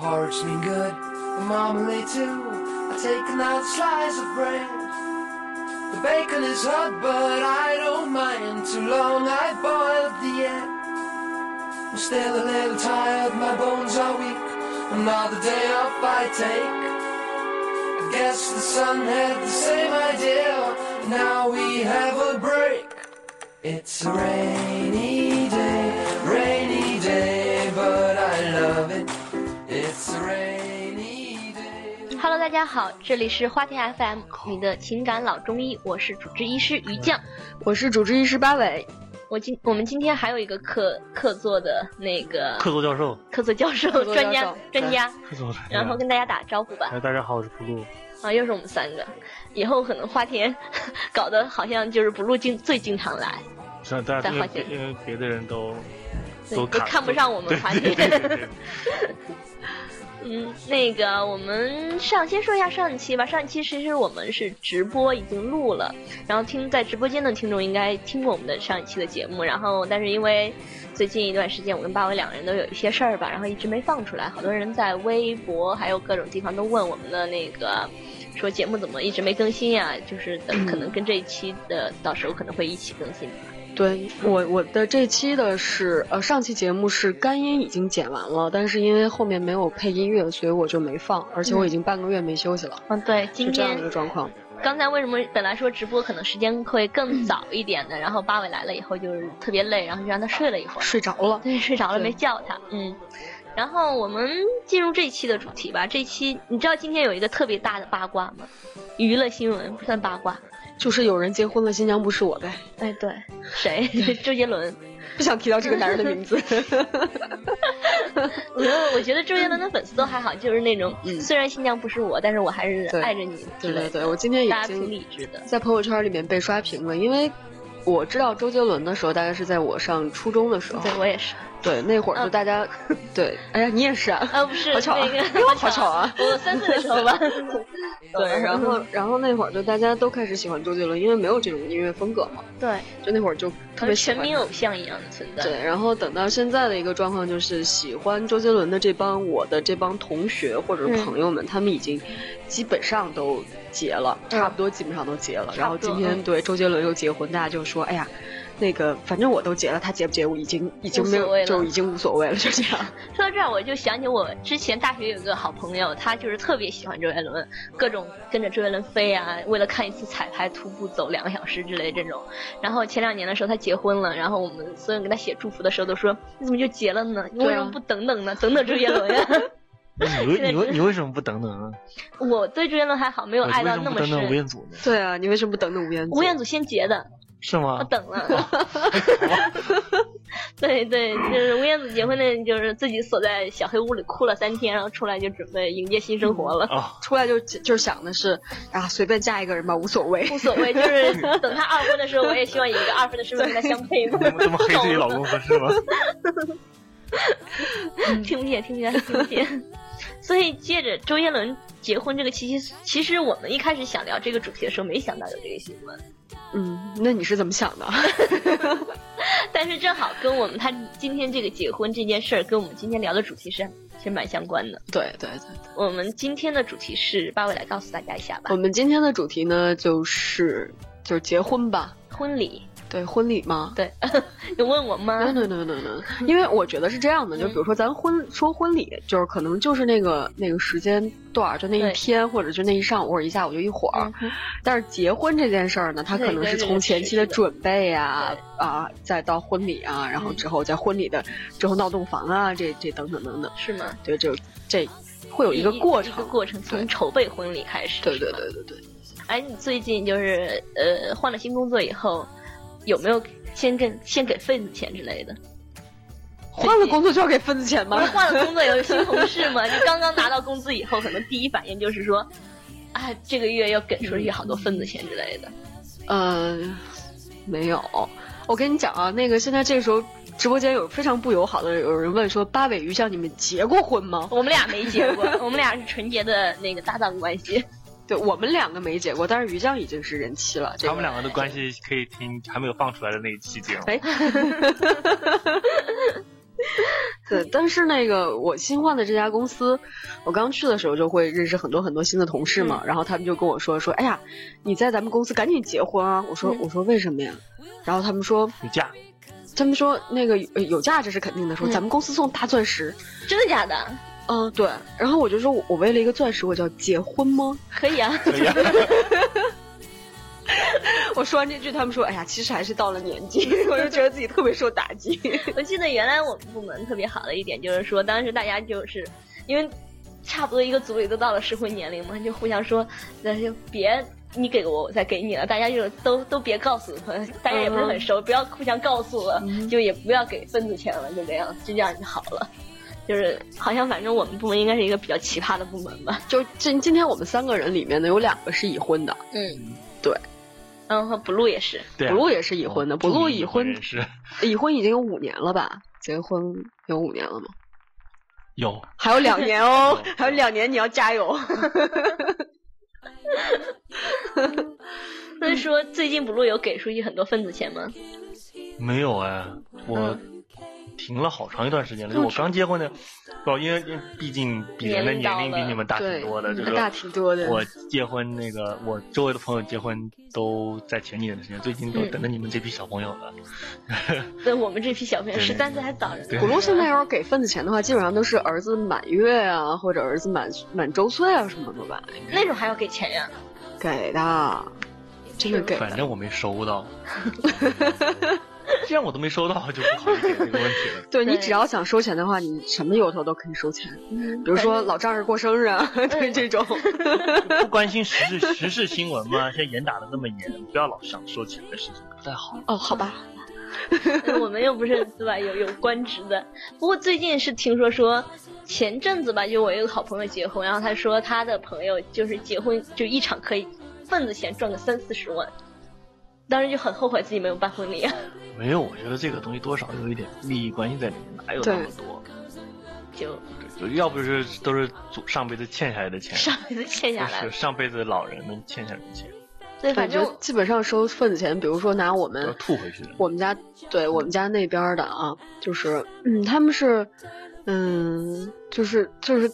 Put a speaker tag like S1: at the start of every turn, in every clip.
S1: Listening good, the marmalade too. I take another slice of bread. The bacon is hot, but I don't mind. Too long I boiled the egg. I'm still a little tired, my bones are weak. Another day off I take. I guess the sun had the same idea. Now we have a break. It's a rainy day, rainy day, but I love it. It's a rainy day.
S2: Hello，大家好，这里是花田 FM，你的情感老中医，我是主治医师于酱。
S3: 我是主治医师八尾，
S2: 我今我们今天还有一个客客座的那个
S4: 客座教授，
S2: 客座教授
S3: 客座教
S2: 专家
S3: 授
S2: 专家，
S4: 客座专家
S2: 然后跟大家打招呼吧。
S4: 哎，大家好，我是葫芦。
S2: 啊，又是我们三个，以后可能花田 搞得好像就是不录经最经常来，
S4: 像啊大家
S2: 再
S4: 因为
S2: 换一个
S4: 因为别的人都
S2: 对
S4: 都
S2: 都
S4: 卡
S2: 看不上我们
S4: 对
S2: 华姐
S4: 对对对对
S2: 嗯，那个我们上先说一下上一期吧。上一期其实我们是直播已经录了，然后听在直播间的听众应该听过我们的上一期的节目。然后但是因为最近一段时间我跟八尾两个人都有一些事儿吧，然后一直没放出来。好多人在微博还有各种地方都问我们的那个。说节目怎么一直没更新呀、就是等可能跟这一期的到时候可能会一起更新。
S3: 对我我的这期的是呃上期节目是干音已经剪完了，但是因为后面没有配音乐，所以我就没放，而且我已经半个月没休息了，
S2: 嗯，对，今
S3: 是这
S2: 嗯
S3: 样
S2: 天
S3: 的一个状况。
S2: 刚才为什么本来说直播可能时间会更早一点的，然后八尾来了以后就是特别累，然后就让他睡了一会儿，
S3: 睡着了，
S2: 对，睡着了
S3: 对
S2: 没叫他，嗯。然后我们进入这期的主题吧。这期你知道今天有一个特别大的八卦吗？娱乐新闻不算八卦。
S3: 就是有人结婚了，新娘不是我呗，
S2: 哎，对，谁？
S3: 嗯
S2: 周杰伦。
S3: 不想提到这个男人的名字。
S2: 我觉得我觉得周杰伦的粉丝都还好，就是那种、
S3: 嗯
S2: 虽然新娘不是我，但是我还是
S3: 对
S2: 爱着你之
S3: 对
S2: 类
S3: 对
S2: 的。
S3: 对，我今天已
S2: 大家挺
S3: 经
S2: 理智的。
S3: 在朋友圈里面被刷屏了，因为我知道周杰伦的时候，大概是在我上初中的时候
S2: 对，，我也是。
S3: 对，那会儿就大家，对，哎呀，你也是啊，
S2: 呃，不 是
S3: 好巧啊
S2: 那个，
S3: 哟
S2: 我
S3: 好 巧啊
S2: 我三岁的时候吧。
S3: 对，然后然后那会儿就大家都开始喜欢周杰伦，因为没有这种音乐风格嘛，
S2: 对，
S3: 就那会儿就特别喜
S2: 全
S3: 欢
S2: 民偶像一样的存在。
S3: 对，然后等到现在的一个状况就是，喜欢周杰伦的这帮我的这帮同学或者
S2: 嗯
S3: 朋友们，他们已经基本上都结了，差不多基本上都结了。然后今天
S2: 嗯
S3: 对周杰伦又结婚，大家就说，哎呀，那个反正我都结了，他结不结我已经已经没
S2: 无所谓
S3: 有
S2: 了
S3: 就已经无所谓了，就这 样。
S2: 说到这儿，我就想起我之前大学有个好朋友，他就是特别喜欢周杰伦，各种跟着周杰伦飞啊，为了看一次彩排，徒步走两个小时之类这种。然后前两年的时候他结婚了，然后我们所有人给他写祝福的时候都说，你怎么就结了呢？你为
S3: 啊
S2: 什么不等等呢？等等周杰伦呀、
S4: 那你为你为你为什么不等等啊？
S2: 我对周杰伦还好，没有
S4: 呃
S2: 爱
S4: 你为
S2: 到
S4: 什
S2: 那
S4: 么不
S2: 么
S4: 等等吴
S2: 深。
S4: 彦祖呢？
S3: 对啊，你为什么不等等吴彦祖？
S2: 吴彦祖先结的，
S4: 是
S2: 我
S4: 吗？
S2: 等了。
S4: 哦
S2: 对对，就是吴彦祖结婚那，就是自己锁在小黑屋里哭了三天，然后出来就准备迎接新生活了。
S4: 哦，
S3: 出来就就想的是啊，随便嫁一个人吧，无所谓。
S2: 无所谓，就是等他二婚的时候，我也希望以一个二婚的身份跟他相配嘛。
S4: 这么这么黑自己老公 合适吗？
S2: 嗯听不见，听不见，听不见。所以借着周杰伦结婚这个契机，其实我们一开始想聊这个主题的时候，没想到有这个新闻，
S3: 嗯，那你是怎么想的？
S2: 但是正好跟我们他今天这个结婚这件事儿，跟我们今天聊的主题是其实蛮相关的。
S3: 对对对。
S2: 我们今天的主题是八位来告诉大家一下吧
S3: 我，们今天的主题呢，就是就是结婚吧，
S2: 婚礼。
S3: 对婚礼吗？
S2: 对， 有问我吗？
S3: no no no no no，因为我觉得是这样
S2: 嗯
S3: 的，就比如说咱婚说婚礼，就是可能就是那个那个时间段儿，就那
S2: 对
S3: 一天或者就那一上午或者一下午就一会儿。
S2: 嗯哼
S3: 但是结婚这件事儿呢，它
S2: 对
S3: 可能
S2: 对
S3: 是
S2: 对
S3: 从
S2: 对
S3: 前
S2: 是
S3: 期的
S2: 的
S3: 准备啊啊，再到婚礼啊，然后
S2: 嗯
S3: 之后在婚礼的之后闹洞房啊，这这等等等等，
S2: 是吗？
S3: 对，就这会有一个
S2: 一
S3: 过
S2: 一个
S3: 程。
S2: 过程从
S3: 对
S2: 筹备婚礼开始。
S3: 对
S2: 是
S3: 对
S2: 吗
S3: 对对对，
S2: 哎，你最近就是呃换了新工作以后，有没有先跟先给份子钱之类 的？
S3: 换了工作就要给份子钱
S2: 不
S3: 吗
S2: 是？ 换了工作以后有新同事嘛？你刚刚拿到工资以后，可能第一反应就是说，啊，这个月要给出去好多份子钱之类的。
S3: 嗯，没有。我跟你讲啊，那个现在这个时候，直播间有非常不友好的有人问说：“八尾鱼酱，你们结过婚吗
S2: 我们俩没结 过，我们俩是纯洁的那个搭档关系。？”
S3: 对我们两个没结过，但是鱼酱已经是人妻了。这
S4: 他们两个的关系可以听还没有放出来的那一期节目。
S3: 哎，对，但是那个我新换的这家公司，我刚去的时候就会认识很多很多新的同事嘛，然后他们就跟我说说，哎呀，你在咱们公司赶紧结婚啊！我说、
S2: 嗯
S3: 我说为什么呀？然后他们说
S4: 有假，
S3: 他们说那个有呃有价这是肯定的，说
S2: 嗯
S3: 咱们公司送大钻石，
S2: 真的假的？
S3: 嗯对，然后我就说我我为了一个钻石我就要结婚吗？
S2: 可以啊，
S4: 可以啊，
S3: 我说完这句，他们说哎呀，其实还是到了年纪， 我就觉得自己特别受打击。
S2: 我记得原来我们部门特别好的一点就是说，当时大家就是因为差不多一个组里都到了适婚年龄嘛，就互相说，那就别你给我，我再给你了，大家就都都别告诉我，大家也不是很熟，不要互相告诉我，就也不要给份子钱了，就这样，就这样就好了。就是好像反正我们部门应该是一个比较奇葩的部门吧，
S3: 就今今天我们三个人里面呢，有两个是已婚的，
S2: 嗯，
S3: 对，
S2: 然后 blue 也是，
S4: 对啊，
S3: 补录也是已婚的，补录已婚
S4: 人士
S3: 已婚已经有五年了吧？结婚有五年了吗？
S4: 有，
S3: 还有两年哦
S4: 有，
S3: 还有两年，你要加油。
S2: 所以说最近 blue 有给出去很多份子钱吗？
S4: 没有哎，我停了好长一段时间了，就我刚结婚的，不，因为因为毕竟比人的
S2: 年龄到
S4: 年龄比
S2: 了
S4: 你们大挺多的，
S2: 对
S4: 就
S2: 嗯
S4: 是
S3: 大挺多的
S4: 我结婚那个，我周围的朋友结婚都在前几年的时间，最近都
S2: 嗯
S4: 等着你们这批小朋友了。
S2: 对我们这批小朋友
S4: 对
S2: 十三岁还早着呢。
S4: 对
S3: 古路现在要是给份子钱的话，基本上都是儿子满月啊，或者儿子满满周岁啊什么的吧，
S2: 那种还要给钱呀？
S3: 给的，真的给
S4: 反
S3: 的。
S4: 正我没收到，既然我都没收到，就不考虑这个问题了。
S3: 对你
S2: 对
S3: 只要想收钱的话，你什么由头都可以收钱，比如说老丈人过生日啊， 对 这种。
S4: 不关心时事时事新闻吗？现在严打的那么严，不要老想说钱的事情，不太好。
S3: 哦，好吧，
S2: 嗯我们又不是对 吧？有有官职的。不过最近是听说说，前阵子吧，就我一个好朋友结婚，然后他说他的朋友就是结婚就一场可以份子钱赚个三四十万，当时就很后悔自己没有办婚礼啊。
S4: 没有，我觉得这个东西多少有一点利益关系在里面，哪有那么多？
S2: 就
S4: 对，就要不是都是祖上辈子欠下来的钱，
S2: 上辈子欠下来嗯
S4: 就
S2: 了
S4: 是。上辈子老人们欠下来的钱，
S2: 对，反
S3: 感
S2: 正
S3: 觉基本上收份子钱，比如说拿我
S4: 都要
S3: 们
S4: 吐回去的。
S3: 我们家对我们家那边儿的啊，就是嗯，他们是嗯，就是就是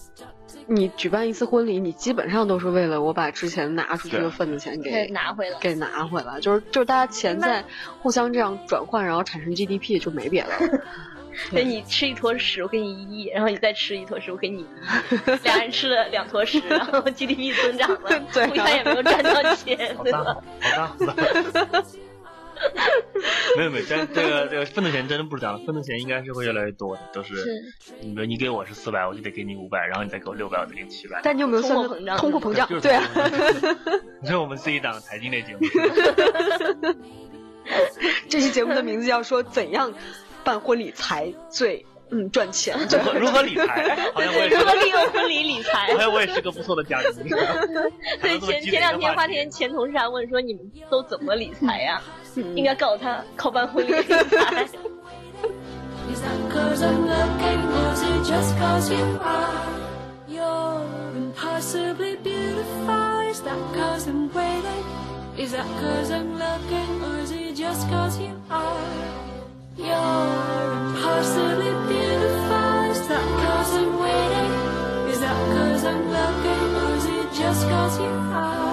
S3: 你举办一次婚礼，你基本上都是为了我把之前拿出去
S4: 对
S3: 的
S4: 啊
S3: 份子钱
S2: 给
S3: 给。
S2: 拿回 来。
S3: 给拿回来，就是就是大家钱
S2: 那
S3: 在互相这样转换，然后产生 GDP 就没别的了。
S2: 就你吃一坨屎，我给你一亿，然后你再吃一坨屎，我给你一亿，俩人吃了两坨屎，然 后 GDP 增长了，
S3: 对啊
S2: 互相也没有赚到钱，
S4: 好
S2: 对
S4: 脏，
S2: 吧？
S4: 好脏，好脏！ 没有没有，但这个这个份子钱真的不是这样的，份子钱应该是会越来越多的，都是，你比如你给我是四百，我就得给你五百，然后你再给我六百，我再给你七百。
S3: 但你有没有算
S2: 通货
S3: 过
S2: 膨胀
S3: 通货膨胀
S4: 就是？
S3: 对啊，
S4: 你说我们是一档财经类节目，
S3: 这期节目的名字叫说 怎样办婚礼才最嗯赚 钱。
S4: 如何如何理财？哎好像我也
S2: 如
S4: 是，
S2: 何利用婚礼理财
S4: 好？像我也是个不错的嘉 宾。
S2: 对，前前两天花田前同事还问说你们都怎么理财呀、
S3: 嗯
S2: 应该告诉他靠办婚礼理 财。
S5: Is that cause I'm looking closer just cause you are? You're impossibly beautiful. Is that cause I'm waiting? Is that cause I'm looking or is it just cause you are? You're impossibly beautiful. Is that cause I'm waiting? Is that cause I'm looking or is it just cause you are?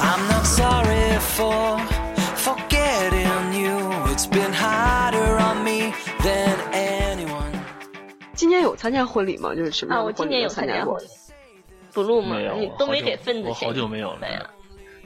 S6: I'm not sorry for forgetting you. It's been harder on me than anyone.
S3: 今年有参加婚礼吗？就是什么
S2: 啊，
S3: 样的
S2: 我今年有参加
S3: 过
S2: 婚礼。blue 嘛
S4: 没，有，
S2: 你
S4: 我
S2: 都
S4: 好
S2: 没
S4: 久
S2: 给份子
S4: 我
S2: 钱。
S4: 好久没有了
S2: 对。呀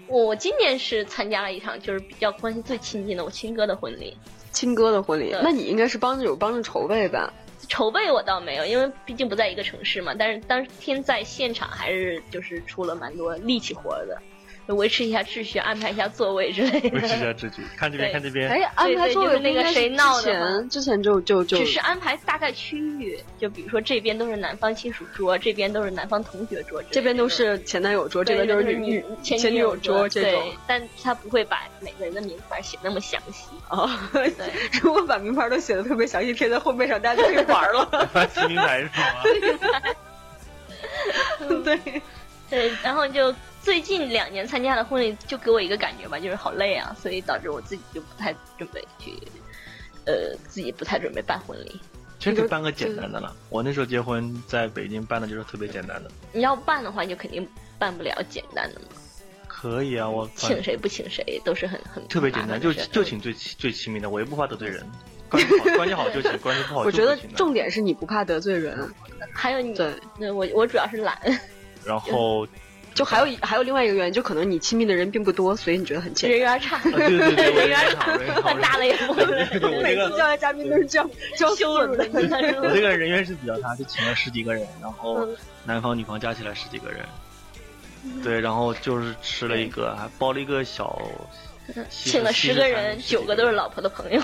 S2: 我我今年是参加了一场，就是比较关系最亲近的我亲哥的婚礼。
S3: 亲哥的婚礼
S2: 对，
S3: 那你应该是帮着有帮着筹备吧？
S2: 筹备我倒没有，因为毕竟不在一个城市嘛。但是当天在现场还是就是出了蛮多力气活儿的，维持一下秩序，安排一下座位之类
S4: 维持一
S2: 的。
S4: 下秩序，看这边
S2: 对
S4: 看这边，
S3: 哎，安排座位
S2: 对就是那个
S3: 不应该是
S2: 谁闹
S3: 之
S2: 的吗
S3: 前之前就就 就
S2: 只是安排大概区域，就比如说这边都是男方亲属桌，这边都是男方同学桌之类的，
S3: 这边都是前男友桌，这
S2: 对。
S3: 边都是
S2: 对
S3: 女
S2: 女
S3: 女
S2: 前
S3: 前女
S2: 友
S3: 友桌这
S2: 对
S3: 种。，
S2: 但他不会把每个人的名牌写那么详细。
S3: 哦，
S2: 对，
S3: 如果把名牌都写的特别详细，贴在后背上，大家就可以玩了。
S4: 发齐名牌是 吗？
S3: 对，
S2: 对，然后就最近两年参加的婚礼，就给我一个感觉吧，就是好累啊，所以导致我自己就不太准备去，呃，自己不太准备办婚礼。
S4: 其实可以办个简单的了。我那时候结婚在北京办的就是特别简单的，
S2: 你要办的话，就肯定办不了简单的嘛，
S4: 嗯可以啊，我反
S2: 请谁不请谁都是很很
S4: 特别
S2: 麻
S4: 简单，
S2: 烦
S4: 就
S2: 的事儿
S4: 就请最亲最亲密的，我也不怕得罪人，关 系好关系好就请，关系不好
S3: 我
S4: 就
S3: 觉得
S4: 不请了
S3: 重点是你不怕得罪人。
S2: 还有你，
S3: 对，
S2: 对我我主要是 懒，
S4: 然后
S3: 就还有一还有另外一个原因，就可能你亲密的人并不多，所以你觉得很
S2: 人
S3: 欠。
S2: 缘差，
S4: 啊对对对
S2: 人缘
S4: 人缘
S2: 差
S4: 差人缘，差
S2: 换大了也不 会
S4: 对对我这个
S3: 来嘉宾都是这样，这样
S2: 羞辱
S3: 损的
S2: 人家是
S4: 我
S2: 吧
S4: 这个人缘是比较差，就请了十几个人，然后
S2: 嗯
S4: 男方女方加起来十几个人，对，然后就是吃了一个，还包了一个小，西式
S2: 请了十个人，
S4: 西式
S2: 九
S4: 餐
S2: 个都是老婆的朋友，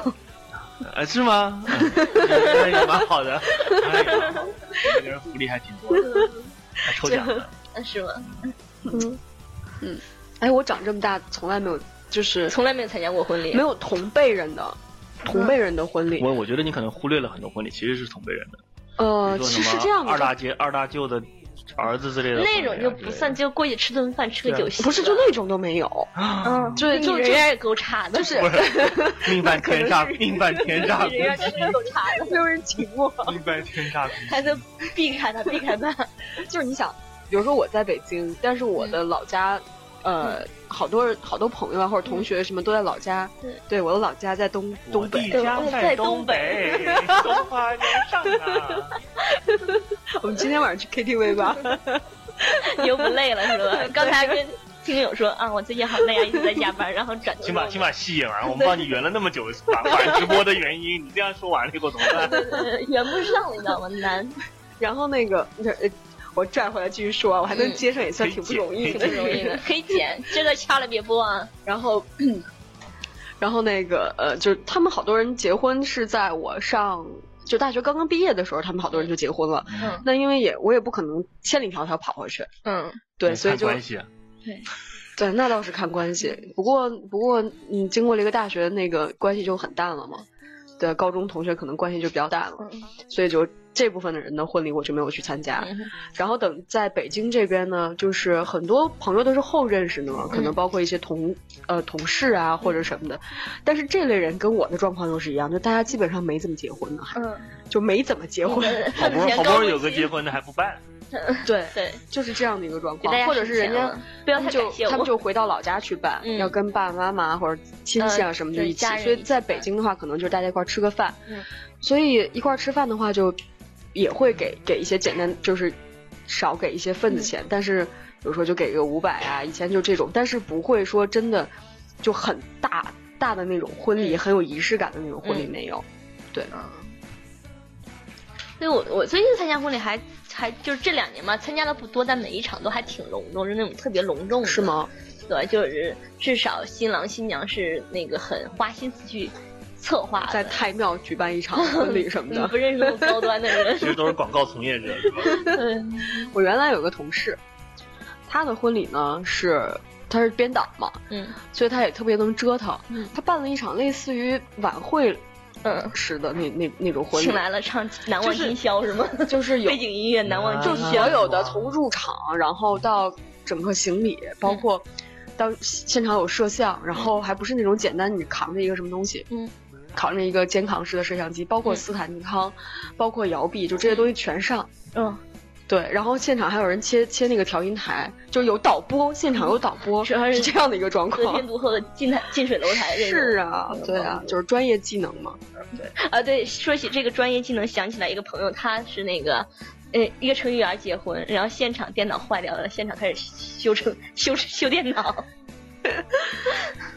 S4: 呃，是吗？嗯那也蛮好的，那也蛮好的每个人福利还挺多的，还抽奖呢。
S2: 是吗？
S3: 哎，我长这么大从来没有，就是
S2: 从来没有参加过婚礼，
S3: 没有同辈人的同辈人的婚礼。
S4: 我我觉得你可能忽略了很多婚礼，其实是同辈人的，
S2: 哦
S3: 呃，
S4: 比如
S3: 其
S4: 说
S3: 实
S4: 什
S3: 是
S4: 么
S3: 这样的，
S4: 二大姐、二大舅的儿子啊之类的，
S2: 那种就不算，。就过去吃顿饭，吃个
S4: 对啊
S2: 酒席了，
S3: 不是就那种都没有，
S2: 嗯，
S3: 就
S2: 对，
S3: 就
S2: 人缘也够差的，
S3: 就是
S4: 不是，命犯天 煞，命犯天煞，
S2: 人缘真的够差的，
S3: 没有人请我。
S4: 命犯天煞。
S2: 还能避开他，避开他，
S3: 就是你想，比如说我在北京，但是我的老家，呃，好多人好多朋友啊或者同学什么都在老家。
S2: 对
S3: 我的老家在东东北，
S2: 家在东北，
S4: 中华年上 啊！
S3: 我们今天晚上去 KTV 吧。
S2: 你又不累了是吧？刚才跟听友说啊，我最近好累啊，一直在加班，然后转头
S4: 请把
S2: 说
S4: 请把戏演完，我们帮你圆了那么久晚晚直播的原因，你这样说完了以后怎么办？
S2: 呃圆不上，你知道吗？难，
S3: 然后那个， 呃我拽回来继续说啊，我还能接上也算挺不容易
S4: 嗯
S2: 挺
S3: 的
S2: 不。容 易的，可以剪，这个掐了别播啊。
S3: 然后，然后那个呃，就是他们好多人结婚是在我上就大学刚刚毕业的时候，他们好多人就结婚了。
S2: 嗯
S3: 那因为也我也不可能千里迢迢跑回去，
S2: 嗯，
S3: 对，所以
S4: 看
S3: 就
S4: 关系，啊
S3: 对，那倒是看关系。不过不过，嗯，经过了一个大学，那个关系就很淡了嘛。
S2: 嗯
S3: 对，高中同学可能关系就比较淡了，所以就这部分的人的婚礼我就没有去参加。
S2: 嗯
S3: 然后等在北京这边呢，就是很多朋友都是后认识的嘛，
S2: 嗯
S3: 可能包括一些同呃同事啊或者什么的。但是这类人跟我的状况又是一样，就大家基本上没怎么结婚呢，
S2: 嗯，
S3: 就没怎么结婚，
S4: 好不容易好不容易有个结婚的还不办，
S3: 对，
S2: 对，
S3: 就是这样的一个状
S2: 给
S3: 况
S2: 大。家
S3: 或者是人
S2: 省钱
S3: 家
S2: 了不要
S3: 他
S2: 太
S3: 们就
S2: 感谢我，
S3: 他们就回到老家去办，
S2: 嗯
S3: 要跟爸爸妈妈或者亲戚啊
S2: 呃
S3: 什么的
S2: 对
S3: 一起。
S2: 家人
S3: 所
S2: 一
S3: 以
S2: 起
S3: 在
S2: 办
S3: 北京的话，可能就是大家一块儿吃个饭。
S2: 嗯
S3: 所以一块儿吃饭的话，就也会给给一些简单，就是少给一些份
S2: 嗯
S3: 子钱，但是比如说就给个五百啊，以前就这种，但是不会说真的就很大大的那种婚礼，
S2: 嗯
S3: 很有仪式感的那种婚礼
S2: 嗯
S3: 没有。
S2: 对我我最近参加婚礼还还就是这两年嘛，参加的不多，但每一场都还挺隆重，就那种特别隆重的，
S3: 是？吗？
S2: 对，就是至少新郎新娘是那个很花心思去策划的，
S3: 在太庙举办一 场婚礼什
S2: 嗯
S3: 么的
S2: 不。认识那么高端的人
S4: 其，实都是广告从业者，是吧
S3: 我原来有个同事，他的婚礼呢是他是编导嘛，
S2: 嗯
S3: 所以他也特别能折腾。
S2: 嗯
S3: 他办了一场类似于晚会
S2: 嗯，
S3: 似的那那那种婚
S2: 请
S3: 礼，
S2: 来了唱《难忘今宵》是吗？
S3: 就是有啊
S2: 背景音乐《难忘
S3: 就
S2: 今
S3: 是
S2: 宵》，
S3: 所有的从入场，然后到整个行礼，包括当现场有摄像，然后还不是那种简单你扛着一个什么东西，
S2: 嗯。
S3: 扛着一个肩扛式的摄像机，包括
S2: 嗯
S3: 斯坦尼康，包括摇臂，就这些东西全上。
S2: 嗯，
S3: 对，然后现场还有人切切那个调音台，就有导播，现场有导 播，
S2: 主要是
S3: 是这样的一个状
S2: 得
S3: 况
S2: 天。独厚的近台近水楼台这种。
S3: 是啊，对啊，就是专业技能嘛。
S2: 啊，对，说起这个专业技能，想起来一个朋友，他是那个，呃，一个程序员结婚，然后现场电脑坏掉了，现场开始修成修修电脑，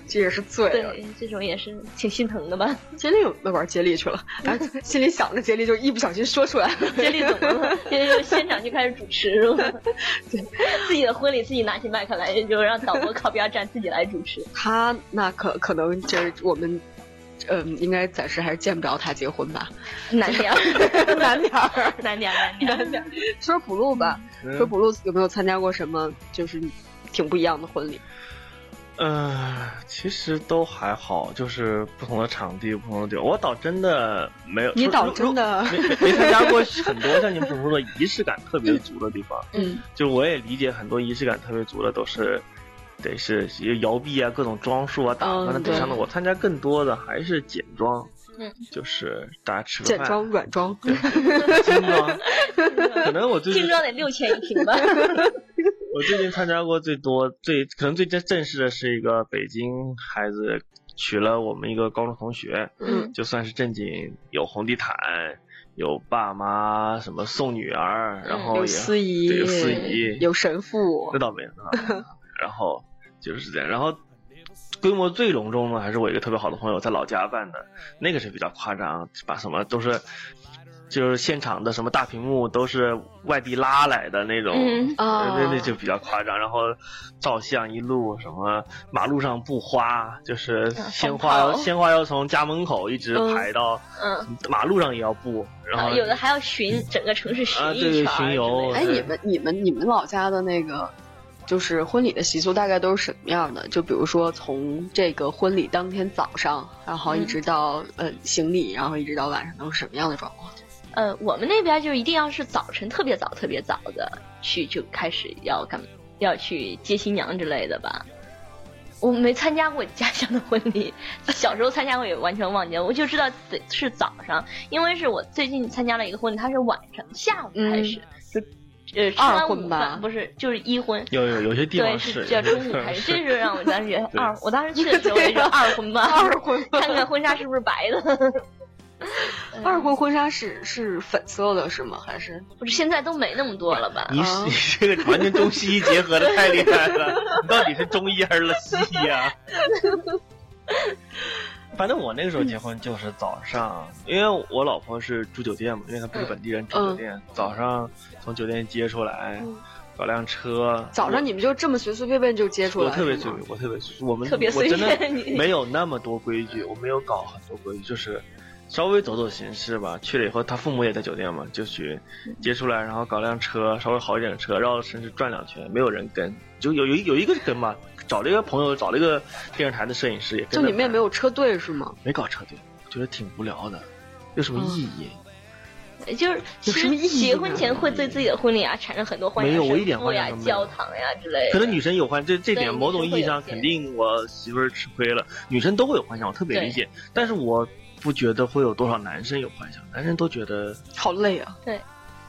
S3: 这也是醉了。
S2: 对，这种也是挺心疼的吧？
S3: 接力有那玩接力 去了，然后心里想着接力，就一不小心说出来了。
S2: 接力怎么了？接力就现场就开始主持了， 对，自己的婚礼自己拿起麦克来，就让导播靠边站，自己来主持。
S3: 他那可可能就是我们，嗯、应该暂时还是见不着他结婚吧，
S2: 难点儿，
S3: 难点儿。
S2: 难点儿，难点儿，难点
S3: 说补录吧，
S2: 嗯
S3: 说补录有没有参加过什么就是挺不一样的 婚礼？
S4: 呃，其实都还好，就是不同的场地、不同的地方。我倒真的没有，
S3: 你
S4: 就
S3: 倒
S4: 如
S3: 真的
S4: 如没没没参加过很多像你们所说的仪式感特别足的地方。
S3: 嗯，
S4: 就我也理解，很多仪式感特别足的都是得是摇臂啊，各种装束啊、打扮的
S3: 嗯
S4: 对象的。
S3: 对
S4: 我参加更多的还是简装，
S2: 嗯，
S4: 就是大家吃个
S3: 简
S4: 饭，
S3: 装、软装，
S4: 精装。
S2: 儿
S4: 可能我最近
S2: 精装得六千一瓶 吧？
S4: 我最近参加过最多最可能最正正式的是一个北京孩子娶了我们一个高中同学，
S2: 嗯
S4: 就算是正经有红地毯，有爸妈什么送女儿，然后也
S3: 嗯有司仪，
S4: 对有司仪
S3: 有神父
S4: 那，
S2: 哦
S4: 倒没有，那倒没 有然后就是这样，然后。规模最隆重的还是我一个特别好的朋友在老家办的，那个是比较夸张，把什么都是，就是现场的什么大屏幕都是外地拉来的那种，
S2: 嗯
S3: 啊，
S4: 那那就比较夸张。然后照相一路什么马路上布花，就是鲜
S2: 嗯放
S4: 花
S2: 炮
S4: 要鲜花要从家门口一直排到
S2: 嗯，
S4: 马路上也要布，然
S2: 啊
S4: 后
S2: 有的还要巡整个城市巡
S4: 啊
S2: 一
S4: 对
S2: 圈
S4: 巡
S2: 儿之
S4: 游
S2: 类的
S3: 哎，你们你们你们老家的那个，就是婚礼的习俗大概都是什么样的？就比如说从这个婚礼当天早上，然后一直到、呃行礼，然后一直到晚上都是什么样的状况？
S2: 呃，我们那边就一定要是早晨特别早、特别早的去就开始要干，要去接新娘之类的吧。我没参加过家乡的婚礼，小时候参加过也完全忘记了，我就知道得是早上，因为是我最近参加了一个婚礼，它是晚上下午开始，就呃吃
S3: 嗯二
S2: 完
S3: 婚
S2: 午
S3: 吧
S2: 饭不是就是一婚。
S4: 有有有些地
S2: 对，
S4: 方
S2: 是
S4: 是
S2: 叫中午开始，这是让我当时觉得
S4: 对
S2: 二，我当时去的时候我也
S3: 对
S2: 就
S3: 啊
S2: 二婚吧，
S3: 二婚
S2: 看看婚纱是不是白的。
S3: 二婚婚纱是是粉色的是吗？还是
S2: 不是现在都没那么多了吧？
S4: 你
S3: 啊
S4: 你这个完全中西医结合的太厉害了，你到底是中医还是西医啊？ 反正我那个时候结婚就是早上，因为我老婆是住酒店嘛，因为她
S3: 嗯
S4: 不是本地人，住酒店。早上从酒店接出来
S3: 嗯，
S4: 找辆车。
S3: 早上你们就这么随随便便就接出
S4: 我
S3: 来？
S4: 特别
S3: 是
S4: 随
S3: 吗
S4: 便，我特别随，我们
S2: 特别
S4: 我
S2: 随
S4: 真
S2: 便
S4: 的
S2: 你
S4: 没有那么多规矩，我没有搞很多规矩，就是稍微走走形式吧。去了以后，他父母也在酒店嘛，就去
S3: 嗯
S4: 接出来，然后搞辆车，稍微好一点的车，绕着城市转两圈，没有人跟，就有有有一个跟嘛，找了一个朋友，找了一个电视台的摄影师也跟
S3: 就
S4: 着
S3: 你们也
S4: 拍
S3: 没有车队是吗？
S4: 没搞车队，觉得挺无聊的，有什么意
S3: 嗯
S4: 义？
S2: 就是其
S3: 有什
S2: 实
S3: 么意义
S2: 结
S3: 呢
S2: 婚前会对自己的婚礼啊产生很多幻想，
S4: 没有我一
S2: 神
S4: 点
S2: 父
S4: 幻想
S2: 呀
S4: 都、没有
S2: 教堂呀之类的。
S4: 可能女生有幻，这这
S2: 对
S4: 点某种意义上
S2: 女生会有
S4: 肯定我媳妇儿吃亏了，女生都会有幻想，我特别理解，但是我不觉得会有多少男生有幻想，男生都觉得
S3: 好累啊！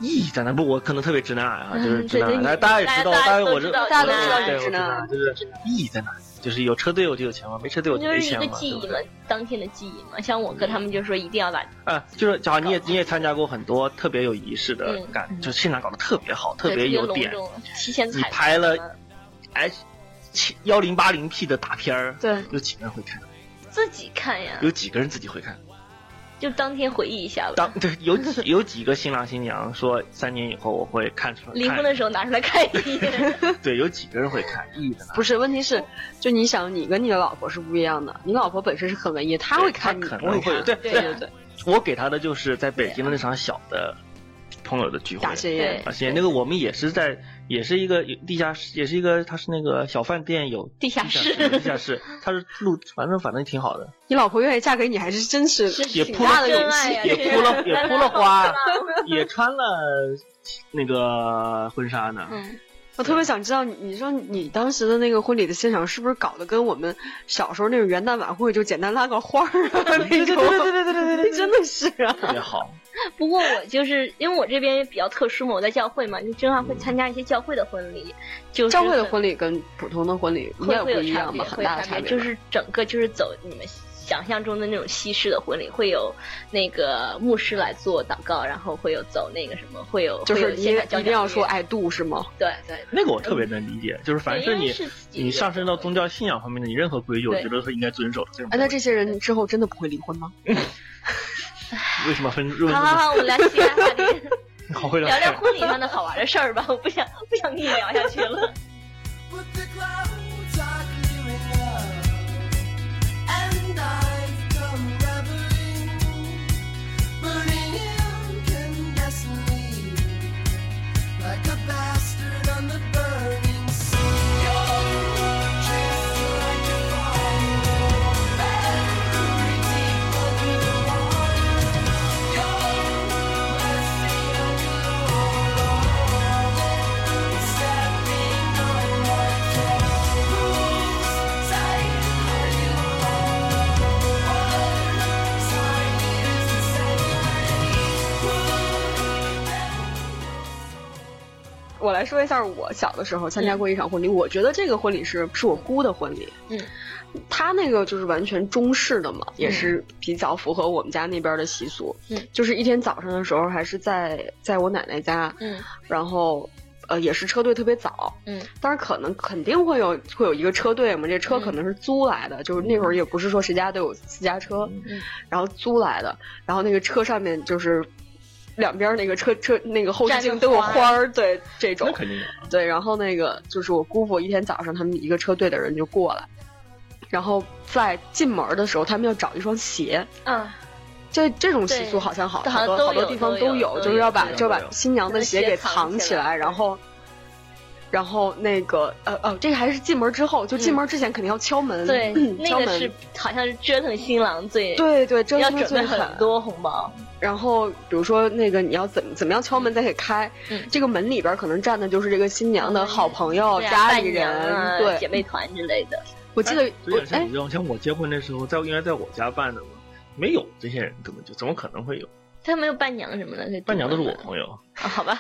S4: 意义在哪？不，我可能特别直男癌啊，
S2: 嗯
S4: 就是直男
S2: 对对
S4: 癌，大家也知道，
S2: 大家
S4: 大
S2: 都
S4: 我
S2: 知
S4: 这
S2: 道
S3: 大家都知道
S4: 对
S3: 你
S4: 我
S3: 是
S4: 直
S3: 男
S4: 男，就是意义在哪？就是有车队我就有钱嘛，没车队我就
S2: 就
S4: 没
S2: 是一
S4: 钱
S2: 个
S4: 嘛，
S2: 记
S4: 对
S2: 忆
S4: 不
S2: 嘛
S4: 对？，
S2: 当天的记忆嘛。像我哥他们就说一定要把，
S4: 啊，就是假如你也你也参加过很多特别有仪式的
S2: 嗯
S4: 感，就现场搞得特别好，
S2: 对
S4: 特别有
S2: 隆
S4: 点，
S2: 重，提前
S4: 你
S2: 彩
S4: 拍了
S2: 排嘛
S4: 哎，七幺零八零 P 的大片儿，
S3: 对，
S4: 有几个人会看？
S2: 自己看呀，
S4: 有几个人自己会看？
S2: 就当天回忆一下吧。
S4: 当 对有几有几个新郎新娘说三年以后我会看出来，
S2: 离婚
S4: 看
S2: 的时候拿出来看一眼，
S4: 对，有几个人会看？意义在哪？
S3: 不是，问题是，就你想，你跟你的老婆是不一样的。你老婆本身是很文艺，她
S4: 对
S3: 会看你，
S4: 她可
S3: 不会
S4: 能会
S3: 看。
S4: 对
S3: 对
S2: 对
S3: 对对，
S4: 我给他的就是在北京的那场小的朋友的聚会
S3: 大，谢
S2: 对
S3: 宴。
S4: 而且那个我们也是在，也是一个地下室，也是一个，它是那个小饭店有
S2: 地下室
S4: 地下室，它是录，反正反正挺好的，
S3: 你老婆愿意嫁给你，还是真是
S2: 是
S4: 也
S2: 挺
S4: 铺
S2: 大的
S4: 了也
S2: 真爱呀，
S4: 也
S2: 这
S4: 铺
S2: 是
S4: 了也铺了花，也穿了那个婚纱呢。
S2: 嗯，
S3: 我特别想知道你，你说你当时的那个婚礼的现场是不是搞得跟我们小时候那种元旦晚会就简单拉个花儿啊那种？对对对对对对对，真的是啊。
S4: 特别好，
S2: 不过我就是因为我这边也比较特殊嘛，我在教会嘛，就经常会参加一些教会的婚礼，就是
S3: 教会的
S2: 很
S3: 婚礼跟普通的婚礼应
S2: 会
S3: 该
S2: 会
S3: 不
S2: 有
S3: 一
S2: 差
S3: 样
S2: 别，
S3: 吧？
S2: 会
S3: 很
S2: 有
S3: 大
S2: 差
S3: 的差别吧。
S2: 就是整个就是走你们想象中的那种西式的婚礼，会有那个牧师来做祷告，然后会有走那个什么，会有
S3: 就是你
S2: 会有现
S3: 也
S2: 场交响
S3: 一定要
S2: 乐
S3: 说爱度是吗？
S2: 对对
S4: 那个我
S3: 嗯
S4: 特别能理解，就是凡是
S2: 对因
S4: 你
S2: 为是自己的
S4: 你上升到宗教信仰方面的，你任何规矩，我
S2: 对
S4: 觉得都是应该遵守的。这种
S3: 哎，那这些人之后真的不会离婚吗？
S4: 为什么分？为什
S2: 好好
S4: 么
S2: 啊好，我 们聊其他话题，
S4: 好会
S2: 聊聊婚礼上的好玩的事儿吧。我不想不想跟你聊下去了。
S6: But the clouds are clearing up, and I've come reveling. Burning in incandescent like a bastard on the burning sea. Thank you
S3: 我来说一下我小的时候参加过一场婚礼，我觉得这个婚礼是是我姑的婚礼，
S2: 嗯，
S3: 她那个就是完全中式的嘛，也是比较符合我们家那边的习俗，
S2: 嗯，
S3: 就是一天早上的时候还是在在我奶奶家，
S2: 嗯
S3: 然后呃也是车队特别早，
S2: 嗯
S3: 当然可能肯定会有会有一个车队嘛，这车
S2: 嗯
S3: 可能是租来的，就是那会儿也不是说谁家都有私家车，
S2: 嗯
S3: 然后租来的，然后那个车上面就是。两边那个车车那个后视
S2: 站着
S3: 镜都有
S2: 花儿
S3: 花儿，对这种
S4: 那，肯定的。
S3: 对，然后那个就是我姑父一天早上他们一个车队的人就过来，然后在进门儿的时候他们要找一双鞋，
S2: 啊，
S3: 这这种习
S2: 对
S3: 俗好像好
S2: 好像
S3: 多
S2: 都
S3: 好多
S2: 有
S3: 地方
S2: 都
S3: 都
S2: 有都
S3: 就是要
S2: 有
S3: 把
S2: 都有
S3: 就要把
S4: 都有
S3: 新娘的
S2: 把
S3: 鞋
S2: 鞋
S3: 给
S2: 藏
S3: 藏
S2: 起
S3: 起
S2: 来
S3: 来，然后。然后那个呃哦，这个还是进门之后，就进
S2: 嗯
S3: 门之前肯定要敲门，
S2: 对，那
S3: 敲
S2: 个是
S3: 门，
S2: 好像是折腾新郎最
S3: 对对，真
S2: 要
S3: 的
S2: 准
S3: 最
S2: 备很
S3: 狠
S2: 多红包。
S3: 然后比如说那个你要怎么怎么样敲门才给开，
S2: 嗯
S3: 这个门里边可能站的就是这个新娘的好朋友、
S2: 对啊
S3: 家
S2: 伴
S3: 里
S2: 娘啊
S3: 人，
S2: 姐
S3: 对，
S2: 妹团之类的。
S3: 我记得
S4: 哎有
S3: 我
S4: 点像
S3: 哎
S4: 你知道，像我结婚的时候，在应该在我家办的嘛，没有这些人，根本就怎么可能会有？
S2: 他没有伴娘什么的，
S4: 伴娘都是我
S2: 啊
S4: 朋友，
S2: 好吧，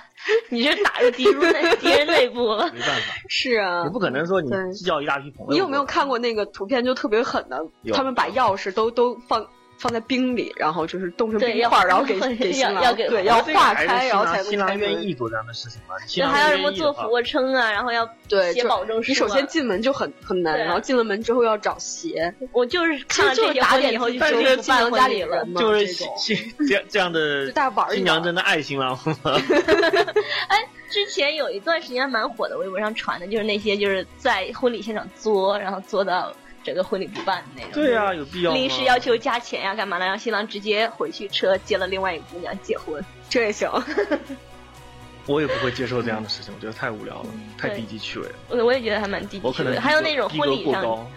S2: 你这打入敌入 内敌人内部了。
S4: 没办 法，
S3: 是啊
S4: 你，不可能说你
S3: 对
S4: 叫一大批朋友。
S3: 你有没有看过那个图片就特别狠的，
S4: 有
S3: 他们把钥匙都都放放在冰里，然后就是冻成
S2: 对
S3: 冰
S2: 要
S3: 块儿，然后给
S2: 要
S3: 给新郎
S2: 要给
S3: 对
S4: 我
S3: 要
S4: 觉得这个
S3: 化
S4: 还是
S3: 开，然后
S4: 新
S3: 才
S4: 郎
S3: 能
S4: 新郎
S3: 开门
S4: 愿意做这样的事情吧？新
S2: 对，
S4: 郎
S2: 还要
S4: 不
S2: 什么
S4: 愿意
S2: 做
S4: 的话
S2: 俯卧撑啊，然后要
S3: 对，
S2: 写
S3: 就
S2: 保证书、啊。
S3: 你首先进门就很很难，
S2: 对
S3: 然后进了门之后要找鞋，
S2: 我就是看了
S3: 其实
S2: 这
S3: 就是
S2: 些
S3: 打
S2: 婚礼
S3: 点
S2: 以后，
S3: 自己
S2: 就
S4: 就
S2: 决
S4: 是
S2: 定
S3: 的
S2: 不
S3: 新
S2: 办
S3: 娘
S2: 婚
S3: 家里
S2: 礼了
S3: 人。嘛，
S4: 就是
S3: 这种
S4: 新这这样 的
S3: 就大家玩一
S4: 新娘
S3: 玩
S4: 真的爱新郎，
S2: 之前有一段时间蛮火的，微博上传的就是那些就是在婚礼现场作，然后作到整个婚礼不办的那种。
S4: 对
S3: 啊
S4: 呀、有必要吗
S2: 临时要求加钱呀、干嘛的？让新郎直接回去车接了另外一个姑娘结婚，
S3: 这也行。
S4: 我也不会接受这样的事情，我觉得太无聊了，太
S2: 嗯对
S4: 低级趣味了。
S2: 我我也觉得还蛮低级
S4: 我可能
S2: 的。还有那种
S4: 逼
S2: 婚
S4: 格
S2: 礼
S4: 过
S2: 上
S4: 高，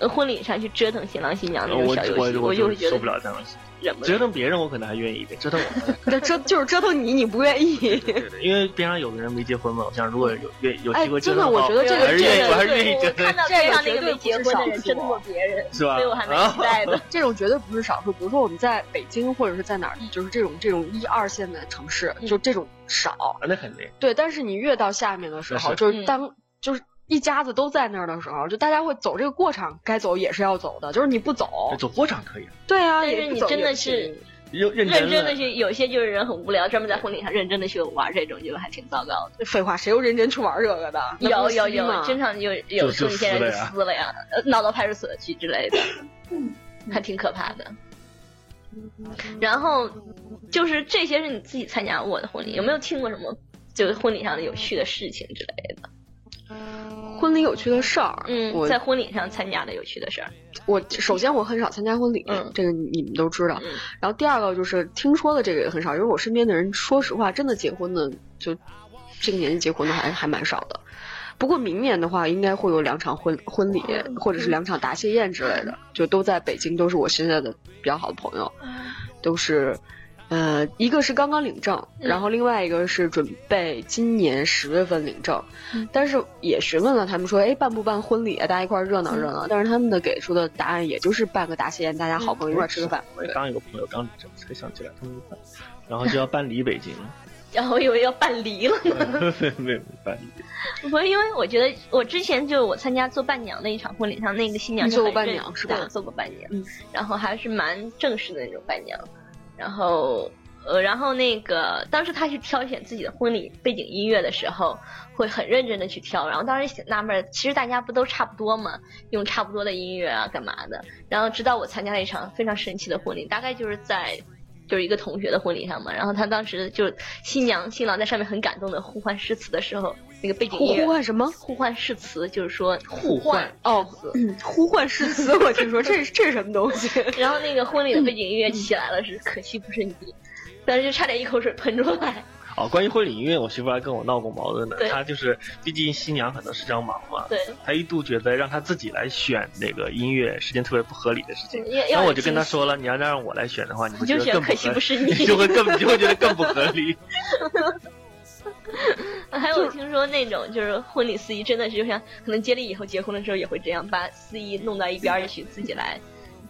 S2: 呃婚礼上去折腾新郎新娘
S4: 然
S2: 那
S4: 后
S2: 种
S4: 我
S2: 小游戏，
S4: 我我
S2: 就
S4: 就
S2: 会觉得
S4: 是受不了这样的事情。
S2: 忍不了。
S4: 折腾别人我可能还愿意一点，折腾我
S3: 这折就是折腾你，你不愿意。
S4: 对 对对，因为边上有的人没结婚嘛，我想如果有有有
S3: 哎
S4: 机会
S3: 真
S4: 折
S3: 的
S4: 腾
S3: 我
S4: 到
S3: 觉得这个
S4: 还是愿
S3: 这
S4: 意，
S3: 个
S4: 我还是愿意
S2: 我
S4: 折
S2: 看
S4: 腾，
S2: 到边上那个没结婚的人
S3: 这个
S2: 折
S3: 绝对不是
S2: 腾
S3: 少数
S2: 过别人，
S4: 是吧？
S2: 所以我还蛮
S4: 啊
S2: 期待的。
S3: 这种绝对不是少数。比如说我们在北京或者是在哪儿，就是这种这种一二线的城市，
S2: 嗯
S3: 就这种少。
S4: 啊那肯定，
S3: 对，但是你越到下面的时
S4: 是
S2: 嗯
S3: 候，
S4: 是
S3: 就是当就是一家子都在那儿的时候，就大家会走这个过场，该走也是要走的，就是你不走，
S4: 走过场可以，
S3: 对啊，
S2: 但是
S3: 也不
S2: 你
S3: 走
S2: 真
S3: 也
S2: 的
S3: 不
S2: 是
S3: 行
S4: 认
S2: 认
S4: 认
S2: 真
S4: 真
S2: 的
S4: 的
S2: 去，有些就是人很无聊，专门在婚礼上认真的去玩这种，就还挺糟糕的。
S3: 废话，谁又认真去玩这个的？那
S2: 有
S3: 不
S2: 有
S3: 是吗
S2: 有，经常有有说
S4: 就
S2: 一些
S4: 就
S2: 人
S4: 撕了
S2: 就
S4: 呀
S2: 撕了呀，嗯呃闹到派出所去之类的，还挺可怕的。然后就是这些是你自己参加过的婚礼，有没有听过什么就是婚礼上的有趣的事情之类的？
S3: 婚礼有趣的事儿。
S2: 嗯，
S3: 我
S2: 在婚礼上参加的有趣的事儿。
S3: 我首先我很少参加婚礼，
S2: 嗯
S3: 这个你们都知道。
S2: 嗯
S3: 然后第二个就是听说的这个也很少，因为我身边的人，说实话，真的结婚的就这个年纪结婚的还还蛮少的。不过明年的话，应该会有两场婚婚礼，或者是两场答谢宴之类的，就都在北京，都是我现在的比较好的朋友，都是，呃，一个是刚刚领证，
S2: 嗯
S3: 然后另外一个是准备今年十月份领证，但是也询问了他们说，哎，办不办婚礼啊？大家一块儿热闹热闹。但是他们的给出的答案也就是办个答谢宴，大家好朋友一块儿吃个饭。
S4: 我也刚有个朋友刚离职，才想起来他们办，然后就要搬离北京，
S2: 然后我以为要办离了呢。
S4: 没没没办理。
S2: 不是因为我觉得我之前就我参加做伴娘那一场婚礼上，那个新娘
S3: 你
S2: 就
S3: 做过
S2: 很
S3: 伴
S2: 认
S3: 娘是吧
S2: 对，我做过伴娘，
S3: 嗯
S2: 然后还是蛮正式的那种伴娘，然后。呃，然后那个当时他去挑选自己的婚礼背景音乐的时候，会很认真的去挑。然后当时挺纳闷儿，其实大家不都差不多嘛，用差不多的音乐啊，干嘛的？然后直到我参加了一场非常神奇的婚礼，大概就是在就是一个同学的婚礼上嘛。然后他当时就新娘新郎在上面很感动的互换誓词的时候，那个背景音
S3: 呼
S2: 乐
S3: 呼唤什么？
S2: 互换誓词，就是说
S4: 互
S2: 换
S4: 换。
S3: 哦，嗯呼唤誓 词，我听说这是这是什么东西？
S2: 然后那个婚礼的背景音
S3: 嗯
S2: 乐起来了，是可惜不是你，当时就差点一口水喷出来。
S4: 哦，关于婚礼音乐，我媳妇还跟我闹过矛盾呢
S2: 对。
S4: 她就是，毕竟新娘可能是张忙嘛，
S2: 对，
S4: 她一度觉得让她自己来选那个音乐是件特别不合理的事情。
S2: 要
S4: 然
S2: 要
S4: 后
S2: 有
S4: 我就跟她
S2: 惊喜
S4: 说了，你要让我来选的话，你会
S2: 你
S4: 觉
S2: 就
S4: 得
S2: 选
S4: 更
S2: 可
S4: 不
S2: 惜
S4: 合
S2: 不
S4: 理，
S2: 是
S4: 你就
S2: 你。
S4: 会更你就会觉得更不合理。
S2: 还有听说那种就是婚礼司仪，真的是就像可能接力以后结婚的时候也会这样，把司仪弄到一边儿去，自己来，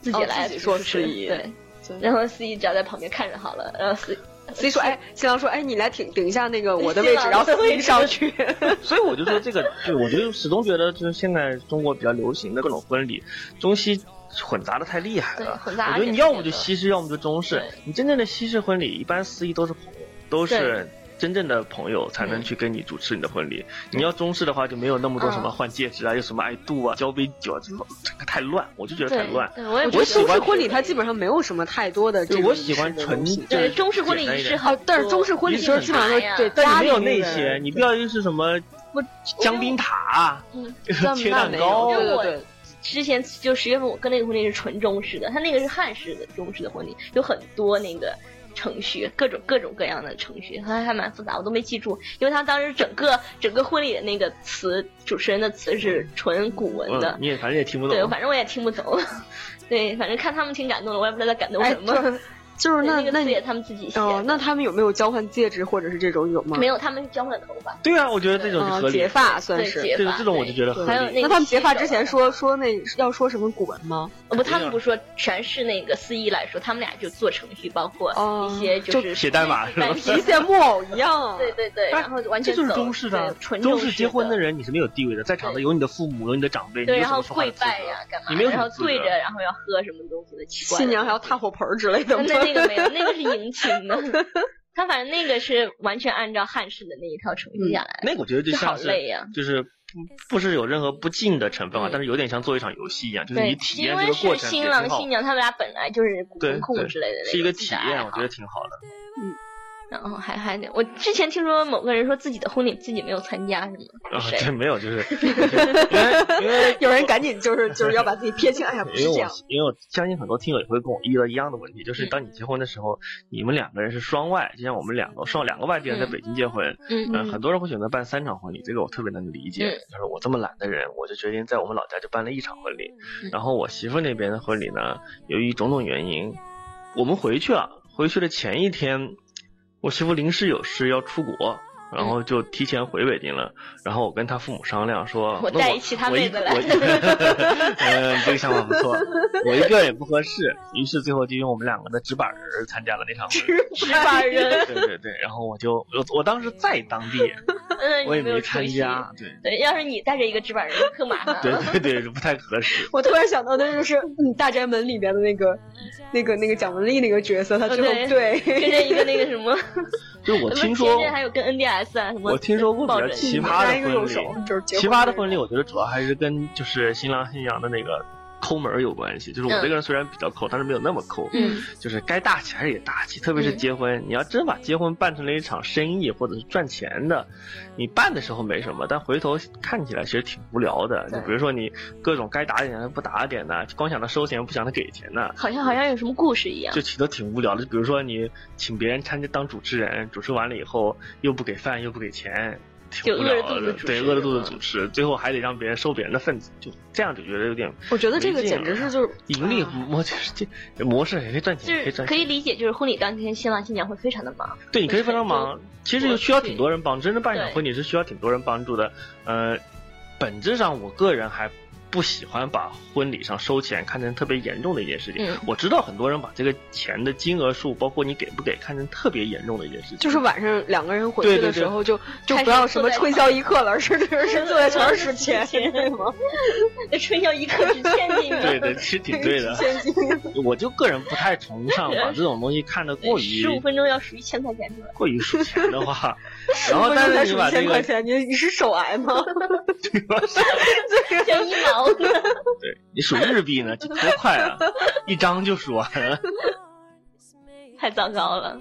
S2: 自己
S3: 哦
S2: 来
S3: 自己说
S2: 主持
S3: 司仪
S2: 对
S3: 真，
S2: 然后司仪只要在旁边看着好了，然后司
S3: 所以说，哎，新郎说，哎，你来顶顶一下那个我的
S2: 新
S3: 位
S2: 郎
S3: 置，然后
S2: 的
S3: 司
S2: 位
S3: 仪上
S2: 置
S3: 去。
S4: 所以我就说这个，就我就始终觉得，就是现在中国比较流行的各种婚礼，中西混杂的太厉害
S2: 对
S4: 了。
S2: 混杂
S4: 我
S2: 而
S4: 觉得
S2: 且
S4: 你
S2: 是
S4: 要
S2: 那
S4: 么就
S2: 个
S4: 西式，要么就中式
S2: 对。
S4: 你真正的西式婚礼，一般司仪都是朋友，都是真正的朋友才
S2: 嗯
S4: 能去跟你主持你的婚礼。你要中式的话，就没有那么多什么
S2: 嗯
S4: 换戒指啊，又什么爱度啊、交杯酒啊，这种这个太乱，我就觉得太
S2: 对
S4: 乱。
S2: 对，我也
S4: 我
S2: 不
S4: 觉
S3: 中
S4: 得
S2: 喜
S4: 喜
S3: 式
S4: 欢
S2: 欢
S3: 婚礼
S2: 这
S3: 它
S2: 个
S3: 基本上没有什么太多的这
S4: 对
S3: 种
S4: 我喜欢
S3: 仪式的
S4: 纯
S3: 东西
S4: 就是
S2: 对中式婚礼
S4: 简单一
S2: 仪式
S4: 点
S2: 很
S3: 哦
S2: 多，，
S3: 但是中式婚礼
S4: 仪
S3: 仪
S4: 式很
S3: 式基本上都
S2: 杂呀
S3: 对，
S4: 但
S3: 家
S4: 你没有
S3: 里
S4: 那
S3: 人
S4: 些，你不要又是什么
S2: 不
S4: 香槟塔啊、
S2: 嗯
S4: 切
S3: 哦那
S4: 蛋
S3: 没
S4: 糕
S2: 因
S3: 有，对
S4: 啊，
S2: 为
S3: 对
S2: 我
S3: 对，
S2: 之前就十月份我跟那个婚礼是纯中式的，他那个是汉式的中式的婚礼，有很多那个程序，各种各种各样的程序，还还蛮复杂，我都没记住，因为他当时整个整个婚礼的那个词，主持人的词是纯古文的
S4: 嗯，，你也反正也听不懂。
S2: 对，反正我也听不懂， 对，反正看他们挺感动的，我也不知道在感动
S3: 哎，
S2: 什么。
S3: 就是就是
S2: 对
S3: 那
S2: 个
S3: 那
S2: 字
S3: 你
S2: 也他们自己写的，
S3: 哦，那他们有没有交换戒指或者是这种有吗？
S2: 没
S3: 有，
S2: 有，他们是交换头发，
S4: 对啊，我觉得这种就合
S2: 嗯
S3: 啊，
S4: 理。
S3: 结发算
S2: 对，
S3: 是。
S2: 结
S4: 这
S2: 发，
S4: 这种我就
S2: 对
S4: 觉得合
S3: 对
S2: 还有
S4: 理。
S2: 那
S3: 那
S2: 个
S3: 他们结发
S2: 洗手
S3: 之前说说那要说什么古文
S2: 哦
S3: 吗？
S2: 呃不，他们不说，全是那个司仪来说，他们俩就做程序，包括
S3: 哦
S2: 一些就是
S4: 写代码是吧
S2: 对
S3: 一些木偶一样啊。
S2: 对对对，
S4: 哎
S2: 然后完
S4: 这
S2: 全
S4: 就是
S2: 走
S4: 中式的啊
S2: 对，纯
S4: 中
S2: 式
S4: 式结婚
S2: 的
S4: 的。人你是没有地位的，在场的
S2: 对
S4: 有你的父母，有你的长辈，你
S2: 对，
S4: 有
S2: 然
S4: 什
S2: 后
S4: 么说话
S2: 跪
S4: 的资
S2: 拜
S4: 格？
S2: 呀，干嘛？
S4: 你没有什
S2: 然
S4: 么
S2: 后
S4: 资格
S2: 跪着，然后要喝什么东西的，奇怪的。
S3: 新娘还要踏火盆儿之类的
S2: 那
S3: 吗？
S2: 那个没 有，那个是迎亲的。他反正那个是完全按照汉式的那一套程序下来的，
S4: 嗯那个我觉得就
S2: 就好
S4: 像
S2: 累啊呀。
S4: 是就是不不是有任何不敬的成分啊
S2: 嗯，
S4: 但是有点像做一场游戏一样，就是
S2: 对
S4: 你，体
S2: 因
S4: 验这
S2: 为
S4: 个过
S2: 是
S4: 程也
S2: 新
S4: 挺
S2: 郎
S4: 好
S2: 新。娘，他们俩本来就是古
S4: 对
S2: 风控
S4: 对
S2: 之类的那种，
S4: 是一个
S2: 自己
S4: 体
S2: 的爱
S4: 验，我
S2: 好
S4: 觉得挺好的。
S2: 然后还还得，我之前听说某个人说自己的婚礼自己没有参加，什么
S4: 啊，
S2: 谁？
S4: 对，没有，就是因为因为
S3: 有人赶紧就是就是要把自己撇清，哎呀，不是
S4: 因为
S3: 这
S4: 我
S3: 样。
S4: 因为我相信很多听友也会跟我遇到一样的问题，就是
S2: 嗯
S4: 当你结婚的时候，你们两个人是双外，就像我们两个双两个外地人在
S2: 嗯
S4: 北京结婚，
S2: 嗯
S4: 嗯，很多人会选择办三场婚礼，这个我特别能理解。
S2: 嗯
S4: 就是我这么懒的人，我就决定在我们老家就办了一场婚礼。
S2: 嗯
S4: 然后我媳妇那边的婚礼呢，由于种种原因，我们回去了。回去的前一天，我媳妇临时有事要出国，然
S2: 嗯
S4: 后就提前回北京了。然后我跟她父母商量说，
S2: 我
S4: 那
S2: 带其他
S4: 我一
S2: 妹子来
S4: 我一 嗯，这个想法不错，我一个人也不合适。于是最后就用我们两个的纸板人儿参加了那 场婚礼。
S2: 十八 人，
S4: 对对对，然后我就我我当时在当 地，
S2: 嗯，
S4: 我也
S2: 你没有
S4: 没参
S2: 出席
S4: 加，对
S2: 对，要是你带着一个纸板人，可麻烦啊了。
S4: 对对对，不太 合适。
S3: 我突然想到的就是《嗯大宅门》里面的那个、那个、那个蒋雯丽那个角色，她最后
S2: 哦
S3: 对
S2: 跟着一个那个什么，
S4: 就是我
S2: 什么
S4: 听说
S2: 前，阵还有跟 NDS 啊什么，
S4: 我听说过比
S2: 抱
S4: 较
S2: 枕
S4: 奇葩
S3: 拿一
S4: 的
S3: 个
S4: 婚
S3: 右手
S4: 礼，，
S3: 就是结
S4: 奇葩的婚礼，我觉得主要还是跟就是新郎新娘的那个抠门儿有关系。就是我
S2: 嗯
S4: 这个人虽然比较抠，但是没有那么抠，
S2: 嗯，
S4: 就是该大气还是得大气。特别是
S2: 嗯
S4: 结婚，你要真把结婚办成了一场生意或者是赚钱的，你办的时候没什么，但回头看起来其实挺无聊的。就
S2: 对
S4: 比如说你各种该打点的不打点的，光想着收钱不想着给钱的，
S2: 好像好像有什么故事一样
S4: 就。其实都挺无聊的。就比如说你请别人参加当主持人，主持完了以后又不给饭又不给钱，挺
S2: 就
S4: 无
S2: 饿着
S4: 聊
S2: 肚子
S4: 的。
S2: 主
S4: 对，
S2: 持
S4: 饿着肚
S2: 嗯
S4: 子主持，最后还得让别人收别人的份子，就这样就觉得有点
S3: 我觉得这个
S4: 没劲
S3: 简直
S4: 了
S3: 是就是
S4: 盈利
S3: 啊
S4: 模式，这这模式也可以赚
S2: 就
S4: 钱，可以
S2: 是
S4: 赚
S2: 可
S4: 钱。
S2: 以理解，就是婚礼当天新郎新娘会非常的 忙，
S4: 对，你可以
S2: 就是
S4: 非常忙。其实需要挺多人帮，真正办一场
S2: 对
S4: 婚礼是需要挺多人帮助的。呃，本质上我个人还不喜欢把婚礼上收钱看成特别严重的一件事情。
S2: 嗯
S4: 我知道很多人把这个钱的金额数，包括你给不给，看成特别严重的一件事情。
S3: 就是晚上两个人回
S4: 对
S3: 去
S4: 对
S3: 的时
S4: 对
S3: 候就，就
S2: 开
S3: 不
S2: 始
S3: 要什
S2: 坐
S3: 么
S2: 在
S3: 春
S2: 床
S3: 宵一刻了，是是坐在床上数 钱，
S2: 钱
S3: 对吗？。
S2: 那春宵一刻 值千金呢。
S4: 对对，其实挺对的
S3: 千金
S4: 我就个人不太崇尚把这种东西看得过于
S2: 十五分钟要数一千块 钱出来，
S4: 过于数钱的话， 然后但
S3: 才
S4: 是你
S3: 数
S4: 把
S3: 千
S4: 这
S3: 块
S4: 个
S3: 钱，你你是手癌 吗？
S2: 像一毛 呢。
S4: 对你数日币呢，就多快啊，一张就数完了。
S2: 太糟糕了，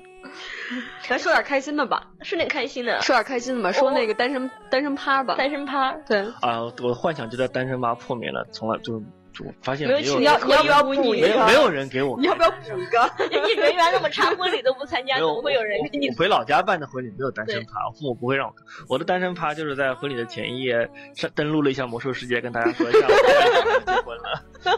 S3: 咱说点开心的吧，
S2: 说点开心的，
S3: 说点开心的吧，说那个单身单身趴吧。
S2: 单身趴。
S3: 对，
S4: 啊，我我幻想就在单身吧破灭了，从来就就我发现
S2: 没有
S4: 没有
S2: 请
S3: 你
S4: 人
S3: 要你要不要
S2: 我
S3: 补
S2: 以为
S3: 一
S4: 没有
S3: 个
S4: 没有人给我
S3: 你要不要补一个？
S2: 人家人缘那么差， 婚礼都不参加，
S4: 没
S2: 怎
S4: 有
S2: 么会有人给你
S4: 我？回老家办的婚礼没有单身趴，我父母不会让我。我的单身趴就是在婚礼的前一夜上登录了一下魔兽世界，跟大家说一下我结婚了。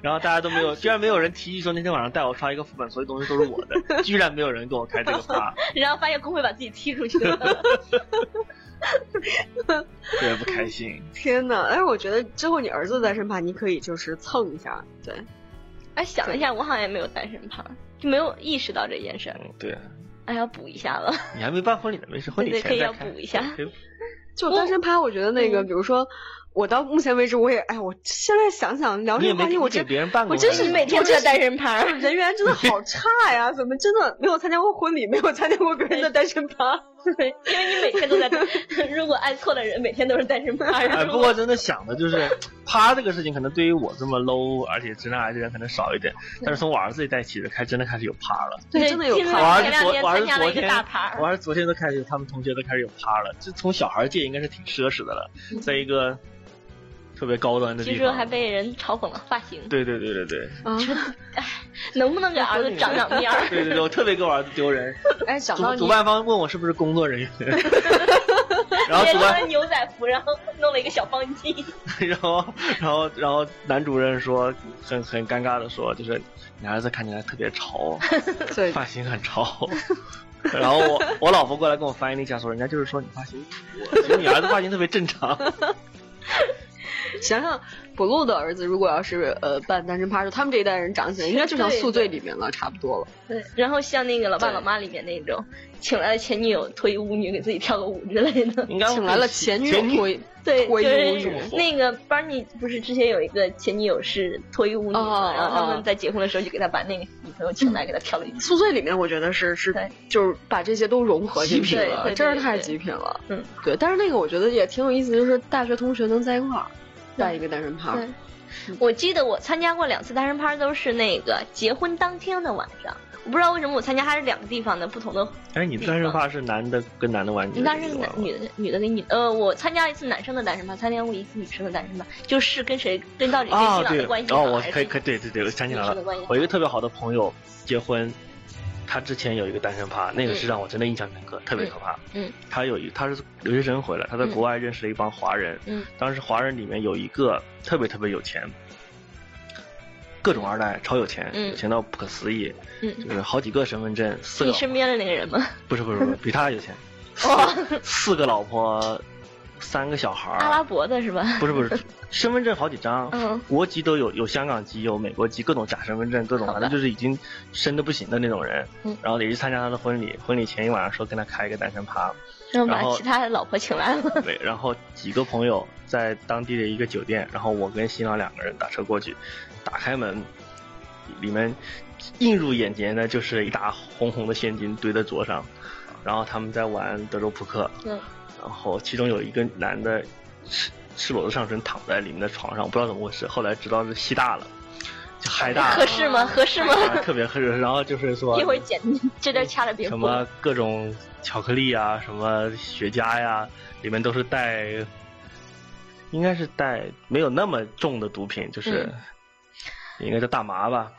S4: 然后大家都没有，居然没有人提议说那天晚上带我刷一个副本，所有东西都是我的，居然没有人跟我开这个趴，
S2: 然后发现工会把自己踢出去了。
S4: 特别不开心。
S3: 天哪！哎，我觉得之后你儿子单身趴，你可以就是蹭一下。对，
S2: 哎，想了一下，我好像也没有单身趴，就没有意识到这件事儿。
S4: 嗯，对，
S2: 哎，要补一下 了。
S4: 你还没办婚礼呢，没事，婚礼
S2: 对对可
S4: 前
S2: 以
S4: 再
S2: 要
S4: 开。
S2: 补一下
S4: 可以
S3: 就单身趴，我觉得那个，
S2: 嗯
S3: 比如说，我到目前为止，我也哎，我现在想想聊
S4: 你
S3: 这
S4: 也
S3: 个话
S4: 没
S3: 题，
S4: 给
S3: 我
S4: 你
S3: 真
S4: 给别人办
S3: 我
S4: 过吗，
S3: 真是每天
S2: 我这单身趴，
S3: 人缘真的好 差呀！怎么真的没有参加过婚礼，没有参加过别人的单身趴？
S2: 因为你每天都在。 如果爱错了人，每天都是单身趴。然
S4: 哎，
S2: 后
S4: 不过真的想的就是，趴这个事情，可能对于我这么 low 而且直男癌的人可能少一点，但是从我儿子这一代起的开，真的开始有趴了。
S3: 对，真的有啊
S2: 今天
S4: 我
S3: 趴。
S4: 儿
S2: 前
S4: 子
S2: 两
S4: 昨
S2: 天参
S4: 我儿子
S2: 加了
S4: 昨
S2: 一个
S4: 天
S2: 大趴
S4: 我，儿子昨天都开始，他们同学都开始有趴了。这从小孩界应该是挺奢侈的了，在一个特别高端的
S2: 据
S4: 地
S2: 说嗯
S4: 方。
S2: 还被人嘲讽了发型，
S4: 对对对对对
S3: 啊，
S2: 能不能给儿子长长面儿？
S4: 对对对，我特别给我儿子丢人。
S3: 哎，想到
S4: 主
S3: 你
S4: 主，办方问我是不是工作人 员， 然后
S2: 别
S4: 主
S2: 穿
S4: 办
S2: 了牛仔服，然后弄了一个小方巾。
S4: 然后，然后，然后男主任说，很很尴尬的说，就是你儿子看起来特别 潮，
S3: 对，
S4: 发型很潮。 然后我我老婆过来跟我翻译了一下，说人家就是说你发型土，其实你儿子发型特别正常。
S3: 想想补录的儿子，如果要是呃办单身趴，就他们这一代人长起来，应该就像
S2: 对
S3: 宿醉里面了，差不多了。
S2: 对，然后像那个《老爸
S3: 对
S2: 老妈》里面那种，请来了前女友脱衣舞女给自己跳个舞之类的。
S4: 应该
S3: 请来了前女友脱衣
S2: 对，
S3: 脱衣舞
S2: 就
S3: 女
S2: 是，那个 Barney 不是之前有一个前女友是脱衣舞女嘛，
S3: 哦
S2: 然后他
S3: 哦
S2: 们在结婚的时候就给他把那个女朋友请来给他跳了一次。
S3: 宿醉里面，我觉得是是
S2: 对
S3: 就是把这些都融合进去
S2: 极品了对
S3: 了，
S2: 对
S3: 真是
S2: 对
S3: 太
S2: 对
S3: 极品了。
S2: 嗯，
S3: 对，但是那个我觉得也挺有意思，就是大学同学能在一块儿办一个单身趴，
S2: 对，我记得我参加过两次单身趴，都是那个结婚当天的晚上。我不知道为什么我参加还是两个地方的不同的，
S4: 哎，你单身趴是男的跟男的玩，女的
S2: 但是
S4: 跟女的
S2: 男
S4: 玩吗
S2: 女的女的跟女呃，我参加一次男生的单身趴，参加过一次女生的单身趴，就是跟谁跟到底跟
S4: 啊，
S2: 新郎
S4: 对
S2: 的关，系
S4: 哦，
S2: 好
S4: 我
S2: 还是
S4: 可以，可以，对对对，我想起来
S2: 女士的
S4: 了
S2: 关系好，
S4: 我一个特别好的朋友结婚，他之前有一个单身趴，那个是让我真的印象深刻，特别可怕。
S2: 嗯嗯，
S4: 他有一他是留学生回来，他在国外认识了一帮华人，
S2: 嗯，
S4: 当时华人里面有一个特别特别有钱。各种二代超有钱，
S2: 嗯
S4: 有钱到不可思议，
S2: 嗯
S4: 就是好几个身份证，四个
S2: 你
S4: 老
S2: 身边的那个人吗？
S4: 不是不是不是，比他有钱，四个老婆，三个小孩儿，
S2: 阿拉伯的是吧？
S4: 啊不是不是，身份证好几张，
S2: 嗯
S4: 国籍都有，有香港籍，有美国籍，各种假身份证，各种
S2: 好
S4: 反
S2: 的
S4: 正就是已经深的不行的那种人。
S2: 嗯
S4: 然后也去参加他的婚礼，婚礼前一晚上说跟他开一个单身趴，
S2: 然后把
S4: 然后
S2: 其他的老婆请来了。
S4: 对，然后几个朋友在当地的一个酒店，然后我跟新郎两个人打车过去，打开门，里面映入眼帘的就是一大红红的现金堆在桌上，然后他们在玩德州扑克，
S2: 嗯，
S4: 然后其中有一个男的赤赤裸着上身躺在里面的床上，不知道怎么回事，后来知道是吸大了，就嗨大
S2: 合
S4: 了，
S2: 适吗？合适吗？
S4: 啊特别合适。然后就是说
S2: 一会儿剪这段掐了别
S4: 什
S2: 播。
S4: 么各种巧克力啊，什么雪茄呀、里面都是带，应该是带没有那么重的毒品，就是、应该叫大麻吧。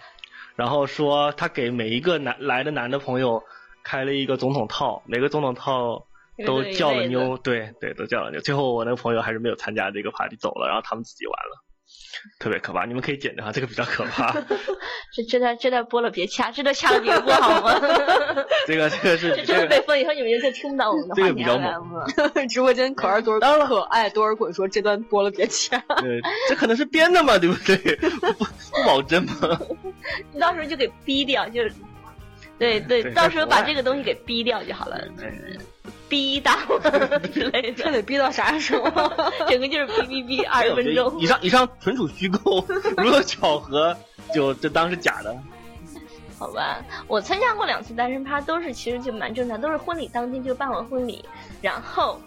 S4: 然后说他给每一个男来的男的朋友开了一个总统套，每个总统套都叫了妞，对对，都叫了妞。最后我那个朋友还是没有参加这个 party 走了，然后他们自己玩了。特别可怕。你们可以剪掉，这个比较可怕。
S2: 这这段这段播了别掐，这段掐了别播好 吗？
S4: 这个这个是
S2: 这真的
S4: 这
S2: 被
S4: 个
S2: 封以后，你们就听不到我们的
S4: 这
S2: 话
S4: 个
S2: 题
S4: 比较猛
S2: FM 了。
S3: 直播间可爱多尔可爱多尔衮说这段播了 别掐。
S4: 对，这可能是编的嘛，对不对？不不保真吗？
S2: 你 到时候就给逼掉，就是对对，
S4: 对
S2: 到时候把
S4: 在国外
S2: 这个东西给逼掉就好了，
S4: 哎
S2: 逼到之类
S3: 这
S2: 的，
S3: 得逼到啥时候？
S2: 整个就是哔哔哔 二十分
S4: 这
S2: 钟
S4: 哎以。上以上纯属虚构，如有巧合就就当是 假的。
S2: 好吧，我参加过两次单身趴，都是其实就蛮正常，都是婚礼当天就办完婚礼，然后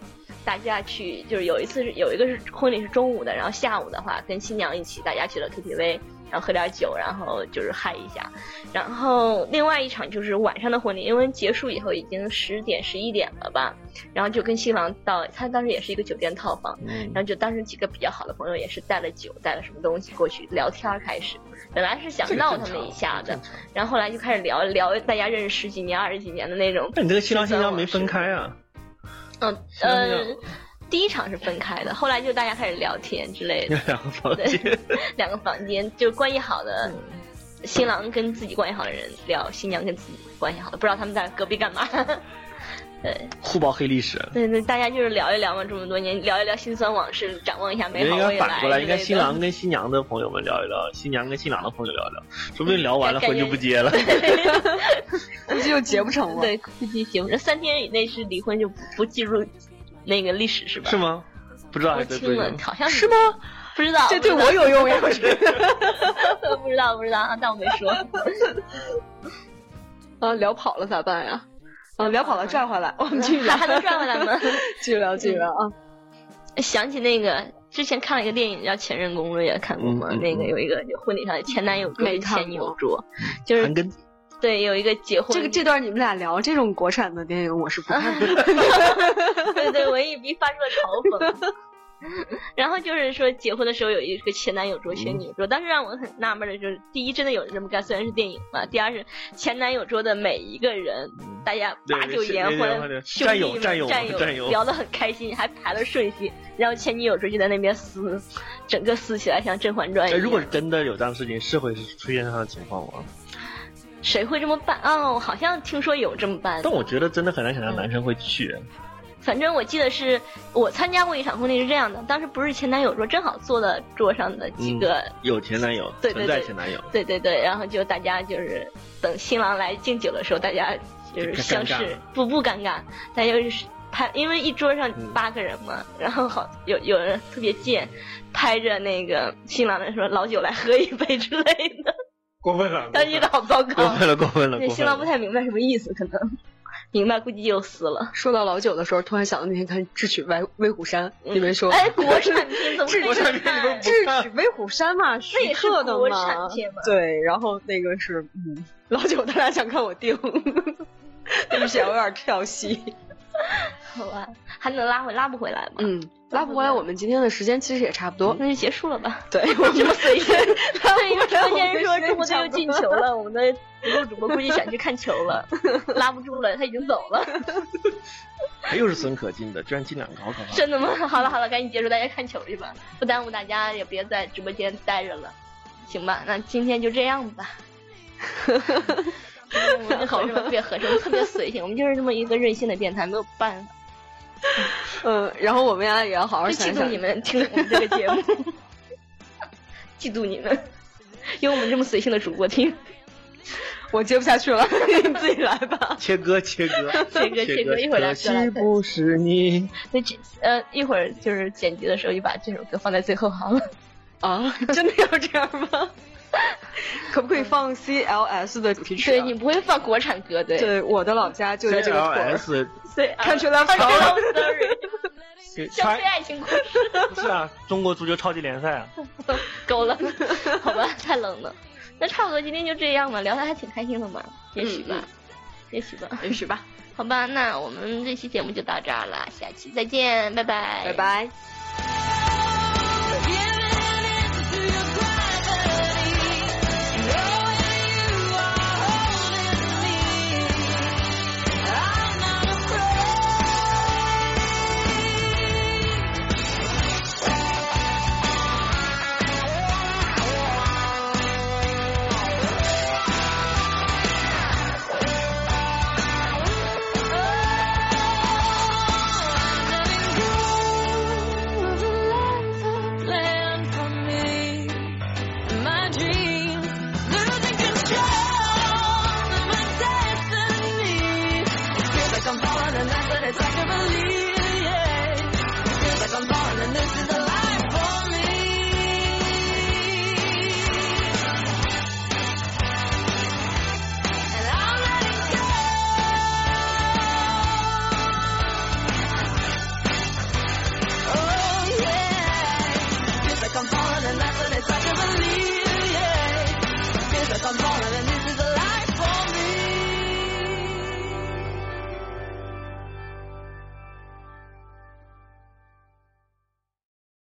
S2: 大家去就是有一次是有一个是婚礼是中午的，然后下午的话跟新娘一起大家去了 KTV，然后喝点酒，然后就是嗨一下，然后另外一场就是晚上的婚礼，因为结束以后已经十点十一点了吧，然后就跟新郎到他当时也是一个酒店套房，
S4: 嗯
S2: 然后就当时几个比较好的朋友也是带了酒，带了什么东西过去聊天儿开始，本来是想闹他们一下的，然后后来就开始聊聊大家认识十几年、二十几年的那种。
S4: 那你这个新郎新娘没分开啊？
S2: 嗯
S4: 新郎
S2: 呃
S4: 新娘，
S2: 第一场是分开的，后来就大家开始聊天之类 的，
S4: 两个房间，
S2: 两个房间就关系好的。
S4: 嗯
S2: 新郎跟自己关系好的人聊，新娘跟自己关系好的，不知道他们在隔壁干嘛。
S4: 互爆黑历史。
S2: 对对，大家就是聊一聊嘛，这么多年聊一聊辛酸往事，展望一下
S4: 我觉
S2: 美
S4: 得
S2: 好
S4: 应
S2: 未
S4: 该
S2: 来。
S4: 反过来，应该新郎跟新娘的朋友们聊一聊，新娘跟新郎的朋友聊一聊，说不定聊完了
S2: 嗯感
S4: 婚
S2: 觉
S4: 就不结了。
S3: 估计就结不成了。
S2: 对，估计节目这三天以内是离婚就不不计入那个历史是吧？
S4: 是？吗？不知道
S2: 我
S4: 还在
S2: 听
S4: 对
S2: 了
S4: 吗，？
S2: 好像
S3: 是吗？
S2: 不知道，
S3: 这对
S2: 不知道
S3: 我有用呀！我觉得
S2: 不知道不知道啊，但我没 说。
S3: 啊，聊跑了咋办呀？啊，聊跑了拽回来，我们继续聊，
S2: 还还能转回来吗？
S3: 继续聊，继续聊啊！
S2: 想起那个之前看了一个电影叫《前任攻略》，看过吗？
S4: 嗯嗯嗯
S2: 那个有一个就婚礼上的前男友
S3: 没
S2: 跟
S3: 看过
S2: 前女友桌，就是
S4: 韩庚
S2: 对有一个结婚
S3: 这个这段你们俩聊这种国产的电影，我是不 看的。
S2: 对对，文艺逼发出了嘲讽。啊 然后就是说，结婚的时候有一个前男友桌、前女
S4: 嗯
S2: 友桌。当时让我很纳闷的就是，第一，真的有人这么干，虽然是电影嘛；第二是前男友桌的每一个人，大家
S4: 嗯对
S2: 把酒
S4: 是
S2: 言
S4: 对对对
S2: 欢，兄
S4: 战
S2: 弟
S4: 友
S2: 们
S4: 战友战友
S2: 聊得很开心，还排了顺序。然后前女友桌就在那边撕，整个撕起来像《甄嬛传》一
S4: 哎，
S2: 样。
S4: 如果是真的有这样的事情，是会出现这样的情况吗？
S2: 谁会这么办？哦，好像听说有这么办的。
S4: 但我觉得真的很难想
S2: 嗯
S4: 象男生会去。
S2: 反正我记得是我参加过一场婚礼是这样的，当时不是前男友桌，正好坐的桌上的
S4: 嗯
S2: 几个，
S4: 有前男友，
S2: 对对
S4: 存在
S2: 对
S4: 前男友，
S2: 对对对，然后就大家就是等新郎来敬酒的时候，大家就是
S4: 就尴
S2: 相
S4: 尬
S2: 视
S4: 了
S2: 不不尴尬，大家就是拍，因为一桌上
S4: 嗯
S2: 八个人嘛，然后好有有人特别贱，拍着那个新郎的说老酒来喝一杯之类 的，
S4: 过分了
S2: 当时觉得好糟
S4: 过
S2: 糕，
S4: 分了，过分了，
S2: 对
S4: 过
S2: 新
S4: 分
S2: 郎不
S4: 了。
S2: 太明白什么意思，可能明白估计又撕了。
S3: 说到老酒的时候，突然想到那天看《智取威威虎山》，你们说，
S2: 哎，国产片 怎么可以
S3: 国
S4: 产片你们
S3: 智取威虎山嘛，徐
S2: 也是
S3: 克的
S2: 国
S3: 嘛
S2: 产片嘛，
S3: 对，然后那个是嗯，老九他俩想看我定，对不起，啊，我有点跳戏。
S2: 好吧，还能拉回拉不回嗯来吗？，
S3: 嗯，拉不回来，我们今天的时间其实也差不多。
S2: 那就结束了吧。
S3: 对，我
S2: 这么
S3: 们
S2: 随意，对，一个直
S3: 拉不
S2: 播
S3: 回
S2: 间
S3: 来
S2: 人说中
S3: 我们时间
S2: 国队又进球了，我们的足球主播估计想去看球 了，拉不住了，他已经走了。
S4: 哎又是孙可进的，居然进两个，好可怕！
S2: 真的吗？好了好了，赶紧结束，大家看球去吧，不耽误大家，也别在直播间待着了，行吧？那今天就这样 吧。我们好特别合适，我们特别随性，我们就是这么一个任性的电台，没有办法。
S3: 嗯，然后我们俩也要好好
S2: 就
S3: 想
S2: 嫉
S3: 一
S2: 妒
S3: 想
S2: 你。们听我们这个节 目，嫉妒你们， 有我们这么随性的主播听。
S3: 我接不下去了， 你自己来 吧。
S4: 切割，切割，
S2: 切割切割
S4: 割，
S2: 一会儿来
S4: 可
S2: 再来
S4: 惜不是你。
S2: 那这呃，一会儿就是剪辑的时候就把这首歌放在最后好了。
S3: 啊，真的要这样吗？ 可不可以放 CLS 的主题曲
S2: 对
S3: 啊？
S2: 你不会放国产歌对？
S3: 对，我的老家就在这个屯儿。
S4: CLS
S2: 对，
S3: 看出来
S2: 啊
S3: 跑了
S2: I'm so sorry
S4: 给
S2: 消费
S4: 穿
S2: 爱情故事，
S4: 不是啊，中国足球超级联赛啊，
S2: 够了，好吧，太冷了。那差不多今天就这样吧，聊的还挺开心的嘛，也许吧，嗯也许吧，
S3: 允许吧，
S2: 好吧，那我们这期节目就到这儿了，下期再见，拜拜，
S3: 拜。拜。
S6: Thank you
S2: it's hard to believe. Yeah. It feels like I'm falling, and this is the life for me. And I'm letting go. Oh yeah. Feels like I'm falling, and that's what it's hard to believe. Yeah. Feels like I'm falling, and this